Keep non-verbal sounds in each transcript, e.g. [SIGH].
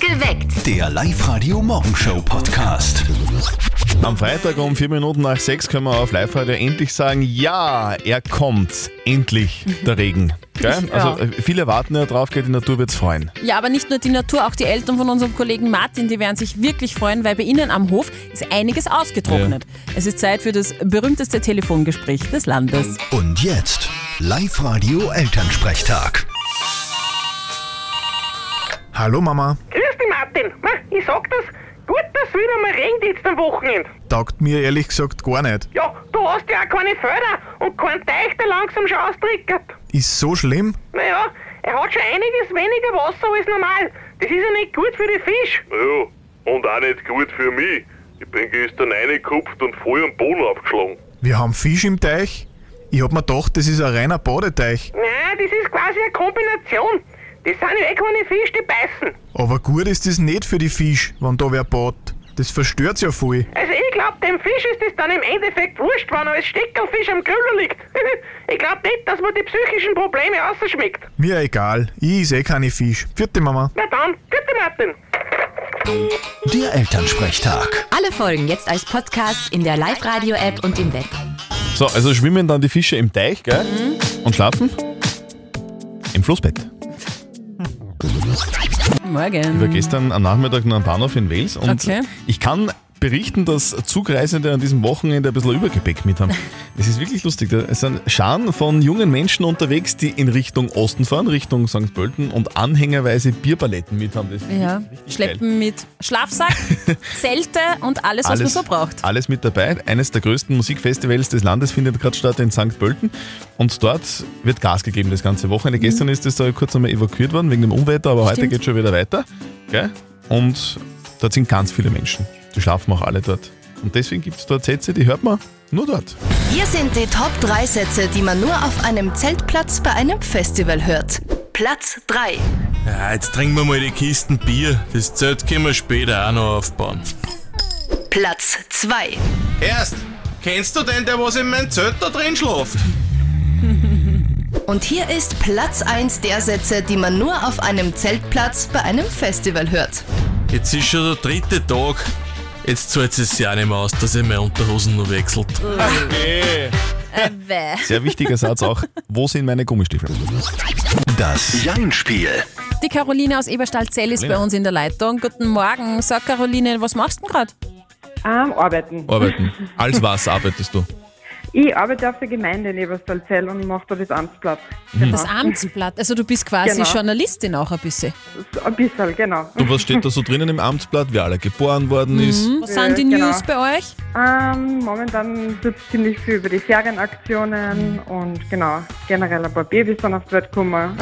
Geweckt. Der Live-Radio-Morgenshow-Podcast. Am Freitag um vier Minuten nach sechs können wir auf Live-Radio endlich sagen, ja, er kommt, endlich, der Regen. Gell? Also äh, viele warten ja drauf, gell, die Natur wird's freuen. Ja, aber nicht nur die Natur, auch die Eltern von unserem Kollegen Martin, die werden sich wirklich freuen, weil bei ihnen am Hof ist einiges ausgetrocknet. Es ist Zeit für das berühmteste Telefongespräch des Landes. Und jetzt Live-Radio Elternsprechtag. Hallo Mama, Grüß dich, Martin. Ma, ich sag das, gut, dass es wieder mal regnet jetzt am Wochenende. taugt mir ehrlich gesagt gar nicht. Ja, du hast ja auch keine Förder und keinen Teich, der langsam schon austrickert. Ist so schlimm? Naja, er hat schon einiges weniger Wasser als normal. Das ist ja nicht gut für die Fische. Ja, und auch nicht gut für mich. Ich bin gestern reingekupft und voll am Boden aufgeschlagen. Wir haben Fisch im Teich. Ich hab mir gedacht, das ist ein reiner Badeteich. Nein, das ist quasi eine Kombination. Das sind ja eh keine Fische, die beißen. Aber gut ist das nicht für die Fisch, wenn da wer badet. Das verstört's ja voll. Also ich glaub, dem Fisch ist es dann im Endeffekt wurscht, wenn er als Steckerfisch am Grüller liegt. [LAUGHS] ich glaub nicht, dass man die psychischen Probleme rausschmeckt. Mir egal, ich is eh keine Fisch. Vierte Mama. Na dann, bitte Martin. Der Elternsprechtag. Alle Folgen jetzt als Podcast in der Live-Radio-App und im Web. So, also schwimmen dann die Fische im Teich, gell? Und schlafen? Im Flussbett. Ich war Morgen. gestern am Nachmittag noch am Bahnhof in Wales und Ähm, Okay. ich kann berichten, dass Zugreisende an diesem Wochenende ein bisschen Übergepäck mit haben. [LAUGHS] Es ist wirklich lustig. da- Es sind Scharen von jungen Menschen unterwegs, die in Richtung Osten fahren, Richtung St. Pölten und anhängerweise Bierpaletten mit haben. Das ist Ja, richtig geil. schleppen mit Schlafsack, Zelte und alles, was man so braucht. alles Ah. mit dabei. Eines der größten Musikfestivals des Landes findet gerade statt in St. Pölten. Und dort wird Gas gegeben das ganze Wochenende. Gestern ist es da kurz einmal evakuiert worden wegen dem Unwetter, aber heute Mhm. Stimmt. geht es schon wieder weiter. Gell? Und dort sind ganz viele Menschen. Die schlafen auch alle dort. Und deswegen gibt es dort Sätze, die hört man nur dort. Hier sind die Top 3 Sätze, die man nur auf einem Zeltplatz bei einem Festival hört. Platz 3. Ja, jetzt trinken wir mal die Kisten Bier. Das Zelt können wir später auch noch aufbauen. Platz 2. Erst, kennst du den, der was in mein Zelt da drin schlaft? Und hier ist Platz 1 der Sätze, die man nur auf einem Zeltplatz bei einem Festival hört. Jetzt ist schon der dritte Tag. Jetzt zahlt es sich auch nicht mehr aus, dass er meine Unterhosen noch wechselt. Eh. Sehr wichtiger Satz auch, wo sind meine Gummistiefel? Das Jein-Spiel. Die Caroline aus Eberstahl-Zell ist bei Caroline. uns in der Leitung. Guten Morgen. Sag Caroline, was machst du denn gerade? Ähm, arbeiten. Arbeiten. Als was arbeitest du? Ich arbeite auf der Gemeinde in Eberstalzell und mache da das Amtsblatt. Genau. Das Amtsblatt. Also du bist quasi Genau. Journalistin auch ein bisschen. So Ein bisschen, genau. Du, was steht da so drinnen im Amtsblatt, wer alle geboren worden ist? Was sind die genau. News bei euch? Ähm, momentan wird ziemlich viel über die Ferienaktionen und genau, generell ein paar Babys dann auf die Welt [LAUGHS] kommen.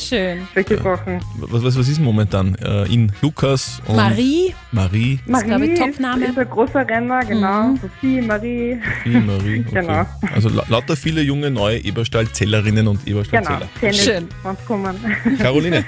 Schön. Weggebrochen. Was, was, was ist momentan äh, in Lukas und Marie, Marie? Marie glaube ich, ist, Topname. ist ein großer Renner, genau. Sophie, Marie. [LAUGHS] Sophie, Marie. Okay. Genau. Also la lauter viele junge neue Eberstall-Zellerinnen und Genau, Eberstall-Zeller. Tennis, Schön. wenn's kommen. [LAUGHS] Caroline,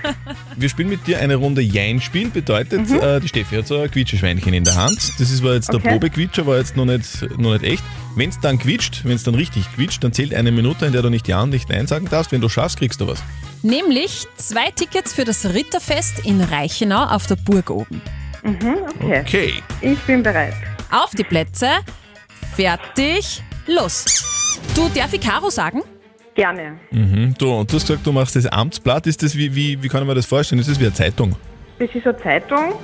wir spielen mit dir eine Runde Jein-Spiel. Bedeutet, äh, die Steffi hat so ein Quietscheschweinchen in der Hand. Das ist, war jetzt der Mhm. Okay. Probequietscher, war jetzt noch nicht, noch nicht echt. Wenn es dann quietscht, wenn es dann richtig quietscht, dann zählt eine Minute, in der du nicht Ja und nicht Nein sagen darfst. Wenn du schaffst, kriegst du was. Nämlich zwei Tickets für das Ritterfest in Reichenau auf der Burg oben. Okay. Okay. Ich bin bereit. Auf die Plätze, fertig, los. Du, darf ich Caro sagen? Gerne. Mhm. Du, und du hast gesagt, du machst das Amtsblatt. Ist das wie, wie, wie kann ich mir das vorstellen? Ist das wie eine Zeitung? Das ist eine Zeitung,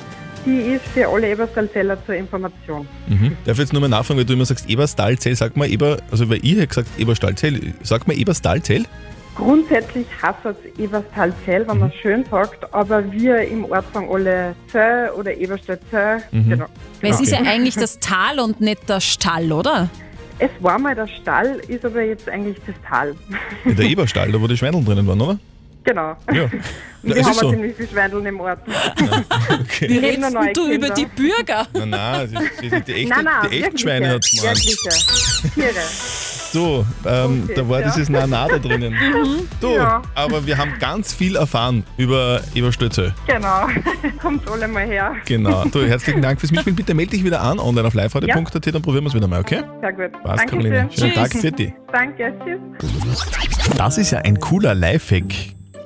die ist für alle Eberstalzeller zur Information. Mhm. Darf ich jetzt nur mal nachfragen, weil du immer sagst Eberstahlzell, sag mal Eber, also weil ich hätte gesagt Eberstahlzell, sag mal Eberstahlzell. Grundsätzlich hasst es Eberstal Zell, wenn Mhm. man es schön sagt, aber wir im Ort sagen alle Zell oder Eberstadt Zell. Mhm. Genau. Weil es Okay. ist ja eigentlich das Tal und nicht der Stall, oder? Es war mal der Stall, ist aber jetzt eigentlich das Tal. [LAUGHS] Ja, der Eberstall, da wo die Schweineln drinnen waren, oder? genau. Ja. Na, es wir haben ist ja so. ziemlich viel Schweindeln im Ort. Okay. Wie Wir reden redest nur neue du über Kinder. die Bürger? Nein, nein, die, die, die, echte, nein, nein, die echten wirkliche, Schweine hat's gemacht. Wirkliche. Tiere. So, ähm, Okay, da war ja. Mhm. dieses Nana da [LAUGHS] drinnen. Du, Ja. aber wir haben ganz viel erfahren über Eberstütze. Genau. [LAUGHS] Kommt alle mal her. Genau. Du, herzlichen Dank fürs Mitspielen. Bitte melde dich wieder an online auf liveradio.at, dann probieren wir es wieder mal, okay? Sehr gut. Was, Dankeschön. Caroline? Schönen Tschüss. Tag, City. Danke, tschüss. Das ist ja ein cooler Lifehack.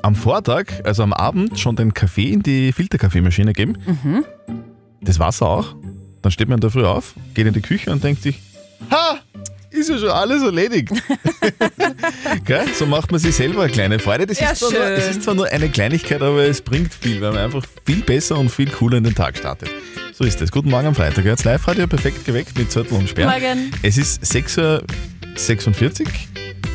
am Vortag, also am Abend, schon den Kaffee in die Filterkaffeemaschine geben, Mhm. das Wasser auch, dann steht man in der Früh auf, geht in die Küche und denkt sich, ha, ist ja schon alles erledigt. [LAUGHS] Gell? So macht man sich selber eine kleine Freude. Das, Ja, ist zwar nur, schön. das ist zwar nur eine Kleinigkeit, aber es bringt viel, weil man einfach viel besser und viel cooler in den Tag startet. So ist es. Guten Morgen am Freitag. Jetzt live radio perfekt geweckt mit Zettel und Sperr. Morgen. Es ist 6.46 Uhr.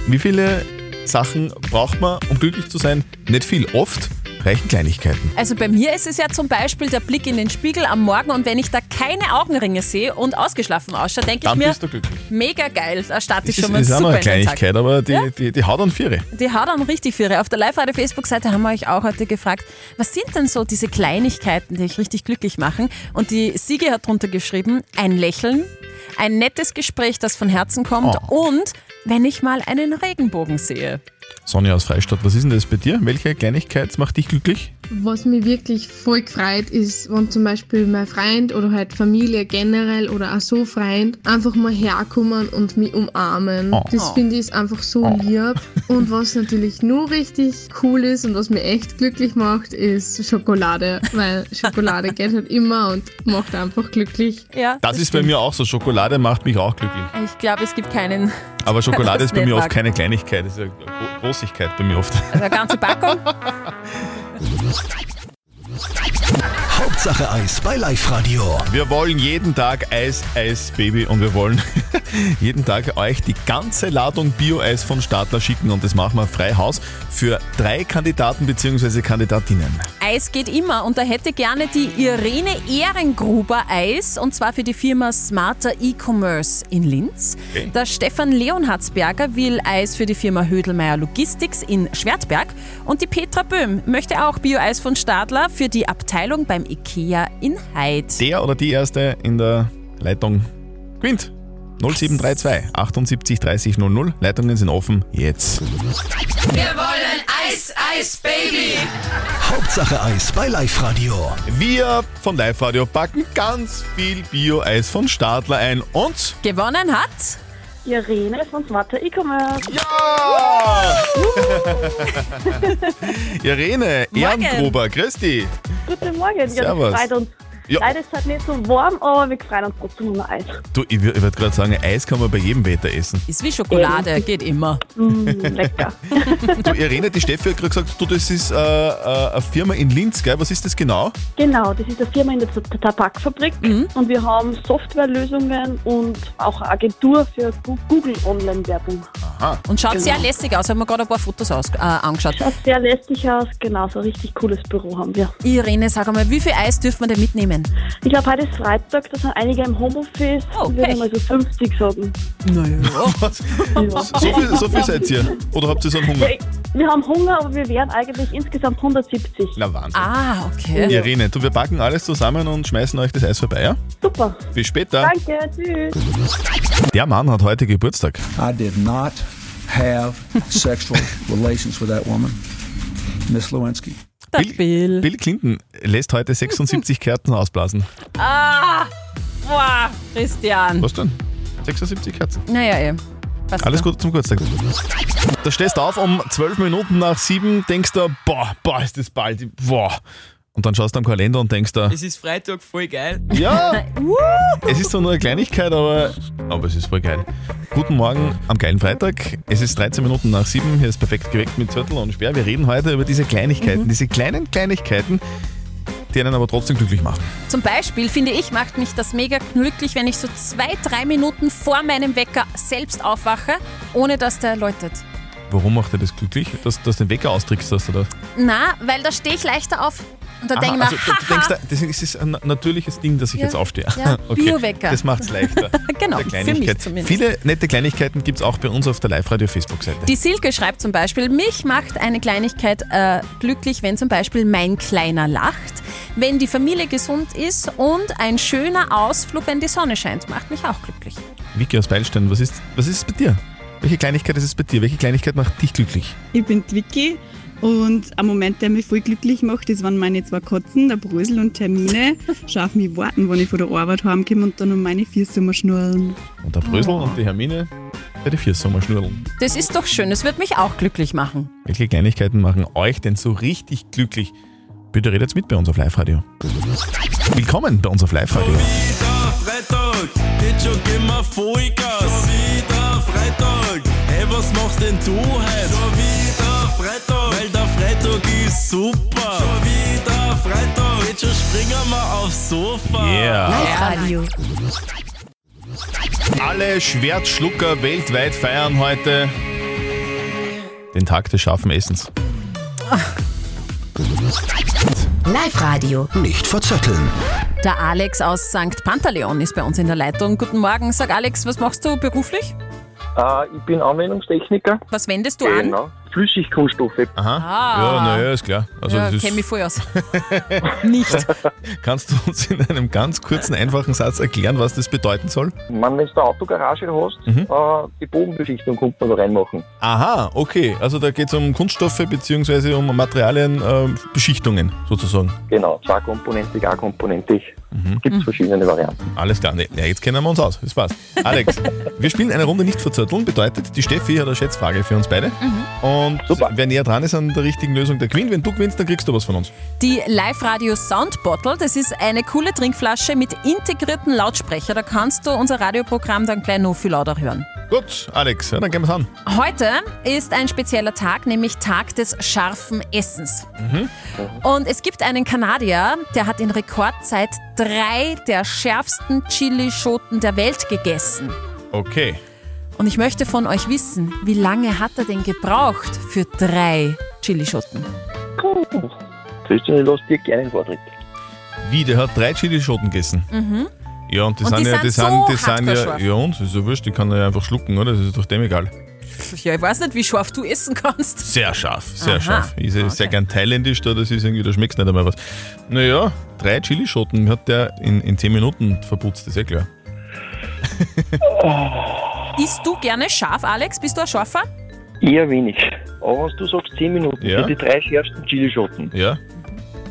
Wie viele Sachen braucht man, um glücklich zu sein? Nicht viel. Oft reichen Kleinigkeiten. Also bei mir ist es ja zum Beispiel der Blick in den Spiegel am Morgen und wenn ich da keine Augenringe sehe und ausgeschlafen ausschaue, denke ich Dann mir, bist du glücklich. mega geil, da starte ich ist, schon mal ist auch noch super eine in den Tag. Kleinigkeit, aber die, die, die haut an Viere. Die haut dann richtig Führe. Auf der Live-Radio-Facebook-Seite haben wir euch auch heute gefragt, was sind denn so diese Kleinigkeiten, die euch richtig glücklich machen? Und die Siege hat drunter geschrieben, ein Lächeln, ein nettes Gespräch, das von Herzen kommt Oh. und wenn ich mal einen Regenbogen sehe. Sonja aus Freistadt, was ist denn das bei dir? Welche Kleinigkeit macht dich glücklich? Was mich wirklich voll gefreut ist, wenn zum Beispiel mein Freund oder halt Familie generell oder auch so Freund einfach mal herkommen und mich umarmen. Oh. Das finde ich einfach so lieb. Und was natürlich nur richtig cool ist und was mir echt glücklich macht, ist Schokolade. Weil Schokolade geht halt immer und macht einfach glücklich. Ja, Das, ist bei mir auch so. Schokolade macht mich auch glücklich. Ich glaube, es gibt keinen. [LAUGHS] Aber Schokolade ist bei mir oft kein. keine Kleinigkeit, das ist eine Gro- Großigkeit bei mir oft. [LAUGHS] Eine ganze Packung. Hauptsache Eis bei Live-Radio. Wir wollen jeden Tag Eis, Eis, Baby und wir wollen [LAUGHS] jeden Tag euch die ganze Ladung Bio-Eis von Stadler schicken und das machen wir frei Haus für drei Kandidaten bzw. Kandidatinnen. Eis geht immer und da hätte gerne die Irene Ehrengruber Eis und zwar für die Firma Smarter E-Commerce in Linz. Okay. Der Stefan Leonhardsberger will Eis für die Firma Hödelmeier Logistics in Schwertberg und die Petra Böhm möchte auch Bio-Eis von Stadler für die Abteilung beim IKEA in Heid. Der oder die Erste in der Leitung gewinnt. 0732 78 30 00. Leitungen sind offen jetzt. Wir wollen Eis, Eis, Baby. Hauptsache Eis bei Live Radio. Wir von Live Radio packen ganz viel Bio-Eis von Stadler ein und gewonnen hat Irene von Smarter E-Commerce. Ja! [LAUGHS] Irene Morgen. Ehrengruber. Christi. Guten Morgen. Ja, wir Servus. freuen uns. Ja. Leider ist es halt nicht so warm, aber wir freuen uns trotzdem über Eis. Du, ich würde gerade sagen, Eis kann man bei jedem Wetter essen. Ist wie Schokolade, geht immer. Du, Irene, die Steffi hat gerade gesagt, du, das ist äh, äh, eine Firma in Linz, gell? Was ist das genau? Genau, das ist eine Firma in der T- Tabakfabrik und wir haben Softwarelösungen und auch eine Agentur für Gu- Google Online-Werbung. Und schaut Genau. sehr lässig aus, haben wir gerade ein paar Fotos aus, äh, angeschaut. Schaut sehr lästig aus, genau, so ein richtig cooles Büro haben wir. Irene, sag einmal, wie viel Eis dürfen wir denn mitnehmen? Ich glaube, heute ist Freitag, da sind einige im Homeoffice. Ich würde mal so 50 sagen. [LAUGHS] Was? So viel, so viel seid ihr? Oder habt ihr so einen Hunger? Ja, ich- wir haben Hunger, aber wir wären eigentlich insgesamt 170. Na, Wahnsinn. Ah, okay. Irene, du, wir packen alles zusammen und schmeißen euch das Eis vorbei, ja? Super. Bis später. Danke, tschüss. Der Mann hat heute Geburtstag. I did not have sexual [LAUGHS] relations with that woman, Miss Lewinsky. Bill, Bill. Clinton lässt heute 76 Kerzen ausblasen. Ah! Boah, Christian. Was denn? 76 Kerzen. Naja, eh. Passt Alles schon. Gute zum Geburtstag. Da stehst du auf um 12 Minuten nach 7, denkst du, boah, boah, ist das bald, boah. Und dann schaust du am Kalender und denkst da, Es ist Freitag, voll geil. Ja. es ist zwar nur eine Kleinigkeit, aber, aber es ist voll geil. Guten Morgen am geilen Freitag. Es ist 13 Minuten nach 7, hier ist perfekt geweckt mit Zürtel und Sperr. Wir reden heute über diese Kleinigkeiten, diese kleinen Kleinigkeiten, die einen aber trotzdem glücklich machen. Zum Beispiel, finde ich, macht mich das mega glücklich, wenn ich so zwei, drei Minuten vor meinem Wecker selbst aufwache, ohne dass der läutet. Warum macht er das glücklich? Dass, dass du den Wecker austrickst, dass du da. Na, weil da stehe ich leichter auf. Und da denke ich mir, also, du haha, denkst, da- das ist es ist ein natürliches Ding, dass ich Ja. jetzt aufstehe. Ja, [LAUGHS] Biowecker. Das macht's [LAUGHS] leichter. Der Genau, für mich Kleinigkeit. zumindest. Viele nette Kleinigkeiten gibt es auch bei uns auf der Live-Radio-Facebook-Seite. Die Silke schreibt zum Beispiel, mich macht eine Kleinigkeit äh, glücklich, wenn zum Beispiel mein Kleiner lacht, wenn die Familie gesund ist und ein schöner Ausflug, wenn die Sonne scheint, macht mich auch glücklich. Vicky aus Beilstein, was ist, was ist es bei dir? Welche Kleinigkeit ist es bei dir? Welche Kleinigkeit macht dich glücklich? Ich bin die Vicky und ein Moment, der mich voll glücklich macht, ist, wenn meine zwei Katzen, der Brösel und Termine, schon auf mich warten, wenn ich von der Arbeit heimkomme und dann um meine Füße mal schnurren. Oh. Und der Brösel und die Hermine, bei den Viersommer schnurren. Das ist doch schön, das wird mich auch glücklich machen. Welche Kleinigkeiten machen euch denn so richtig glücklich? Bitte redet mit bei uns auf Live-Radio. Willkommen bei uns auf Live-Radio. Freitag, jetzt schon gehen wir Vollgas. Schon wieder Freitag, hey, was machst denn du heute? Schon wieder Freitag, weil der Freitag ist super. Schon wieder Freitag, jetzt schon springen wir aufs Sofa. Yeah. Live-Radio. Alle Schwertschlucker weltweit feiern heute den Tag des scharfen Essens. Live-Radio. Nicht verzetteln. Der Alex aus St. Pantaleon ist bei uns in der Leitung. Guten Morgen, sag Alex, was machst du beruflich? Äh, ich bin Anwendungstechniker. Was wendest du an? Genau. Flüssigkunststoffe. Ah. Ja, naja, ist klar. Also ja, das ist- kenn mich voll aus. [LAUGHS] Nicht. Kannst du uns in einem ganz kurzen, einfachen Satz erklären, was das bedeuten soll? Man, wenn du eine Autogarage hast, äh, die Bodenbeschichtung kommt man da reinmachen. Aha, okay. Also da geht es um Kunststoffe bzw. um Materialien, ähm, Beschichtungen sozusagen. Genau, zweikomponentig, A-komponentig. Gibt es verschiedene Varianten. Alles klar. Nee, ja, jetzt kennen wir uns aus. Das passt. [LAUGHS] Alex, wir spielen eine Runde nicht verzötteln. Bedeutet, die Steffi hat eine Schätzfrage für uns beide. Mhm. Und wer näher dran ist an der richtigen Lösung, der gewinnt. Wenn du gewinnst, dann kriegst du was von uns. Die Live-Radio Sound Bottle, das ist eine coole Trinkflasche mit integrierten Lautsprecher. Da kannst du unser Radioprogramm dann gleich noch viel lauter hören. Gut, Alex, ja, dann gehen wir's an. Heute ist ein spezieller Tag, nämlich Tag des scharfen Essens. Und es gibt einen Kanadier, der hat in Rekordzeit drei der schärfsten Chilischoten der Welt gegessen. Okay. Und ich möchte von euch wissen, wie lange hat er denn gebraucht für drei Chilischoten? Christian, ich lasse dir gerne einen Vortritt. Wie, der hat drei Chilischoten gegessen. Mhm. Ja, und die Und sind die ja, sind die so sind, die sind hardcore ja, scharf. ja und, ist ja wurscht, die kann er ja einfach schlucken, oder? Das ist doch dem egal. Pf, Ja, ich weiß nicht, wie scharf du essen kannst. Sehr scharf, sehr Aha. scharf. Ich esse sehr gern thailändisch, da, das ist irgendwie, da schmeckt nicht einmal was. Naja, drei Chilischoten hat der in, in zehn Minuten verputzt, ist ja klar. Isst du gerne scharf, Alex? Bist du ein Scharfer? Eher wenig. Aber wenn du sagst 10 Minuten Ja. für die drei schärfsten Chilischoten, ja.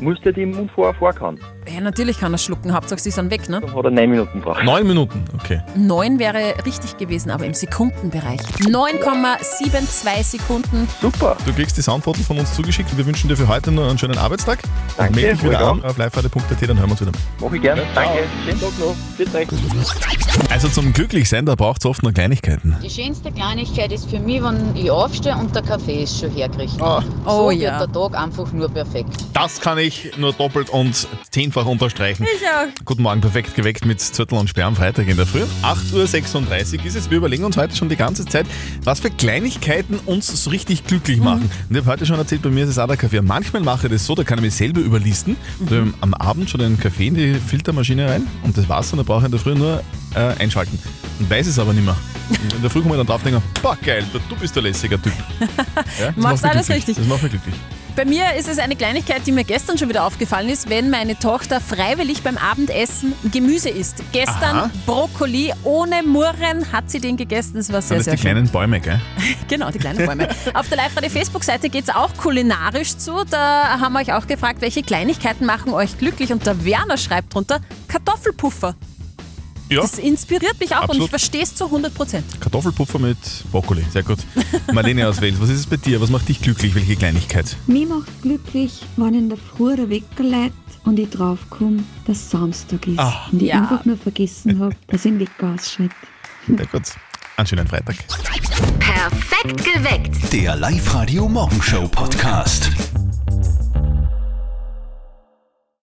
musst du dir im Mund vorher vorkauen. Ja, natürlich kann er schlucken. Hauptsache, sie sind weg, ne? Dann hat er 9 Minuten gebraucht. Neun Minuten, okay. Neun wäre richtig gewesen, aber im Sekundenbereich. 9,72 Sekunden. Super. Du kriegst die Soundbottle von uns zugeschickt. Wir wünschen dir für heute noch einen schönen Arbeitstag. Danke, Meld dich wieder voll an auf liveradio.at, dann hören wir uns wieder. Mach ich gerne. Danke. Schönen Tag noch. Bis euch. Also zum Glücklichsein, da braucht es oft nur Kleinigkeiten. Die schönste Kleinigkeit ist für mich, wenn ich aufstehe und der Kaffee ist schon hergerichtet. so Oh wird ja. der Tag einfach nur perfekt. Das kann ich nur doppelt und zehnfach unterstreichen. Ich auch. Guten Morgen, perfekt geweckt mit Zürtel und Sperr am Freitag in der Früh. 8.36 Uhr ist es. Wir überlegen uns heute schon die ganze Zeit, was für Kleinigkeiten uns so richtig Mhm. glücklich machen. Und ich habe heute schon erzählt, bei mir ist es auch der Kaffee. Manchmal mache ich das so, da kann ich mich selber überlisten. Mhm. Da habe ich Am Abend schon einen Kaffee in die Filtermaschine rein und das war's und da brauche ich in der Früh nur äh, einschalten. Und weiß es aber [LAUGHS] nicht mehr. Und in der Früh komme ich dann drauf und denke, boah geil, du bist der lässiger [LAUGHS] Typ. Ja, das macht Machst mich alles glücklich. richtig. Das macht mich glücklich. Bei mir ist es eine Kleinigkeit, die mir gestern schon wieder aufgefallen ist, wenn meine Tochter freiwillig beim Abendessen Gemüse isst. Gestern Aha. Brokkoli ohne Murren hat sie den gegessen. Das war Sind sehr, das sehr die schön. kleinen Bäume, gell? Genau, die kleinen Bäume. Auf der Live-Radio-Facebook-Seite geht es auch kulinarisch zu. Da haben wir euch auch gefragt, welche Kleinigkeiten machen euch glücklich. Und der Werner schreibt drunter Kartoffelpuffer. Ja. Das inspiriert mich auch und Absolut. ich verstehe es zu 100 Prozent. Kartoffelpuffer mit Brokkoli, sehr gut. Marlene aus Wales, was ist es bei dir? Was macht dich glücklich? Welche Kleinigkeit? Mich macht glücklich, wenn in der Früh der Wecker lädt und ich draufkomme, dass Samstag ist. Ah. und ich Ja. einfach nur vergessen habe, dass ich den Wecker ausschalte. Sehr gut. Einen schönen Freitag. Perfekt geweckt. Der Live-Radio Morgenshow Podcast.